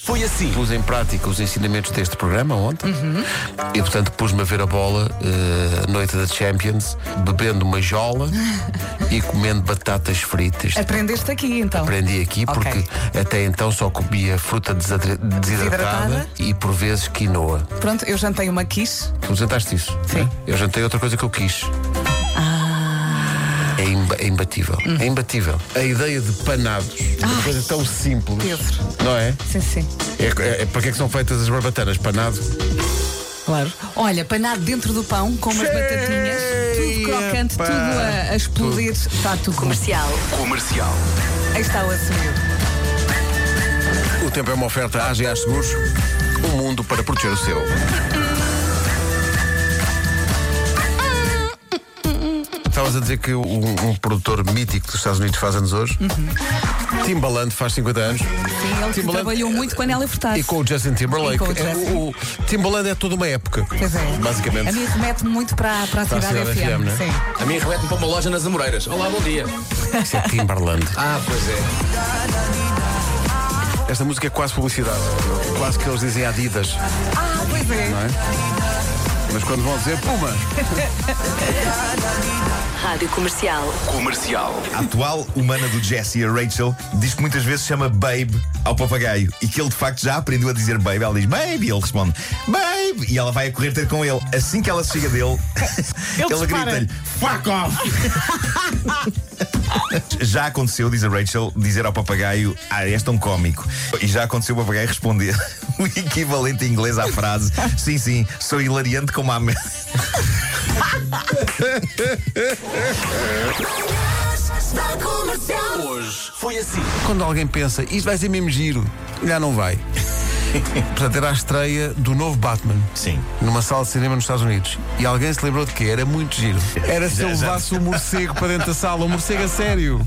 Foi assim. Pus em prática os ensinamentos deste programa ontem Uhum. e, portanto, pus-me a ver a bola eh, a noite da Champions, bebendo uma jola e comendo batatas fritas. Aprendeste aqui então. Aprendi aqui Ok. porque até então só comia fruta desadre- desidratada, Desidratada. e por vezes quinoa. Pronto, eu jantei uma quiche. Tu jantaste isso? Sim. né? Eu jantei outra coisa que eu quis. Ah. É, imba- é imbatível. Hum. É imbatível. A ideia de panados, uma coisa tão simples. Pedro. Não é? Sim, sim. É, é- é- para que é que são feitas as barbatanas? Panado? Claro. Olha, panado dentro do pão, com umas Cheia, batatinhas, tudo crocante, pá. tudo a, a explodir. Está tudo comercial. Comercial. Comercial. Aí está o assumido. O tempo é uma oferta à AGA Seguros. Um mundo para proteger o seu. Estavas a dizer que um, um produtor mítico dos Estados Unidos faz anos hoje. Uhum. Timbaland faz 50 anos. Sim, ele que Timbaland- trabalhou muito com a Nélia Furtado. E com o Justin Timberlake. E com o É, Justin. o- o Timbaland é toda uma época. Pois é. Basicamente. A mim remete-me muito para, Para para a a cidade, Cidade FM. FM, né? Sim. A mim remete-me para uma loja nas Amoreiras. Olá, bom dia. Isso é Timberland. Ah, pois é. Esta música é quase publicidade. É Quase que eles dizem Adidas. Ah, pois é. Mas quando vão dizer Puma. Rádio Comercial. Comercial. A atual humana do Jesse, a Rachel, diz que muitas vezes chama Babe ao papagaio e que ele de facto já aprendeu a dizer Babe. Ela diz Babe e ele responde Babe e ela vai a correr ter com ele. Assim que ela se chega dele, ele grita-lhe Fuck off! Já aconteceu, diz a Rachel, dizer ao papagaio Ah, és tão cómico. E já aconteceu o papagaio responder o equivalente em inglês à frase Sim, sim, sou hilariante como a merda. Hoje foi assim. Quando alguém pensa, isto vai ser mesmo giro, já não vai. Portanto, era a estreia do novo Batman. Sim. Numa sala de cinema nos Estados Unidos. E alguém se lembrou de que era muito giro. Era se Já, eu já. levasse o morcego para dentro da sala, um morcego a sério.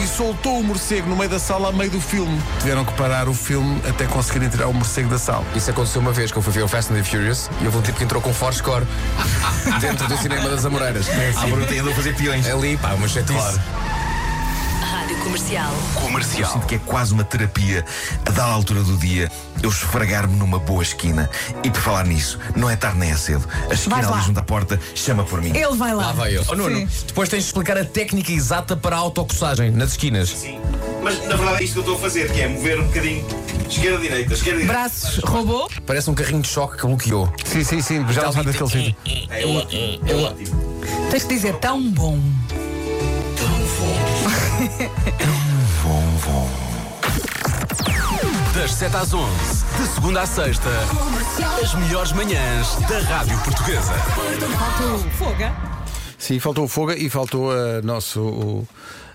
E soltou o morcego no meio da sala, a meio do filme. Tiveram que parar o filme até conseguirem tirar o morcego da sala. Isso aconteceu uma vez que eu fui ver o Fast and the Furious e houve um tipo que entrou com Forscore dentro do cinema das Amoreiras. Ah, um A bruta andou a fazer peões. Ali, pá, uma chatice. Claro. Rádio Comercial. Eu Comercial. sinto que é quase uma terapia a dada altura do dia eu esfregar-me numa boa esquina. E por falar nisso, não é tarde nem é cedo. A esquina Vais lá. ali junto à porta chama por mim. Ele vai lá. Lá vai eu. Oh, Nuno, Sim. depois tens de explicar a técnica exata para a autocossagem nas esquinas. Sim. Mas na verdade é isto que eu estou a fazer, que é mover um bocadinho esquerda direita, esquerda direita. Braços robô. Parece um carrinho de choque que bloqueou. Sim, sim, sim, Então, já não sai daquele sítio. É ótimo, é ótimo. Tens de dizer tão bom. Das 7 às 11, de segunda à sexta, as melhores manhãs da Rádio Portuguesa. Foga. Sim, faltou o Foga e faltou uh, a nosso o-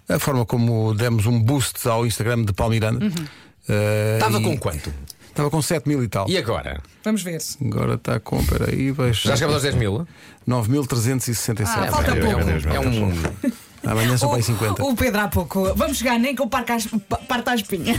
a forma como demos um boost ao Instagram de Paulo Miranda. Eh, Estava e- Uhum. com quanto? Estava com 7 mil e tal. E agora? Vamos ver. Agora está com, peraí, baixo. Já chegamos aos 10 mil? 9.367. Ah, falta Meu pouco. Deus, meu É Deus. um. Amanhã são para 50. O Pedro há pouco. Vamos chegar nem que eu parta a espinha.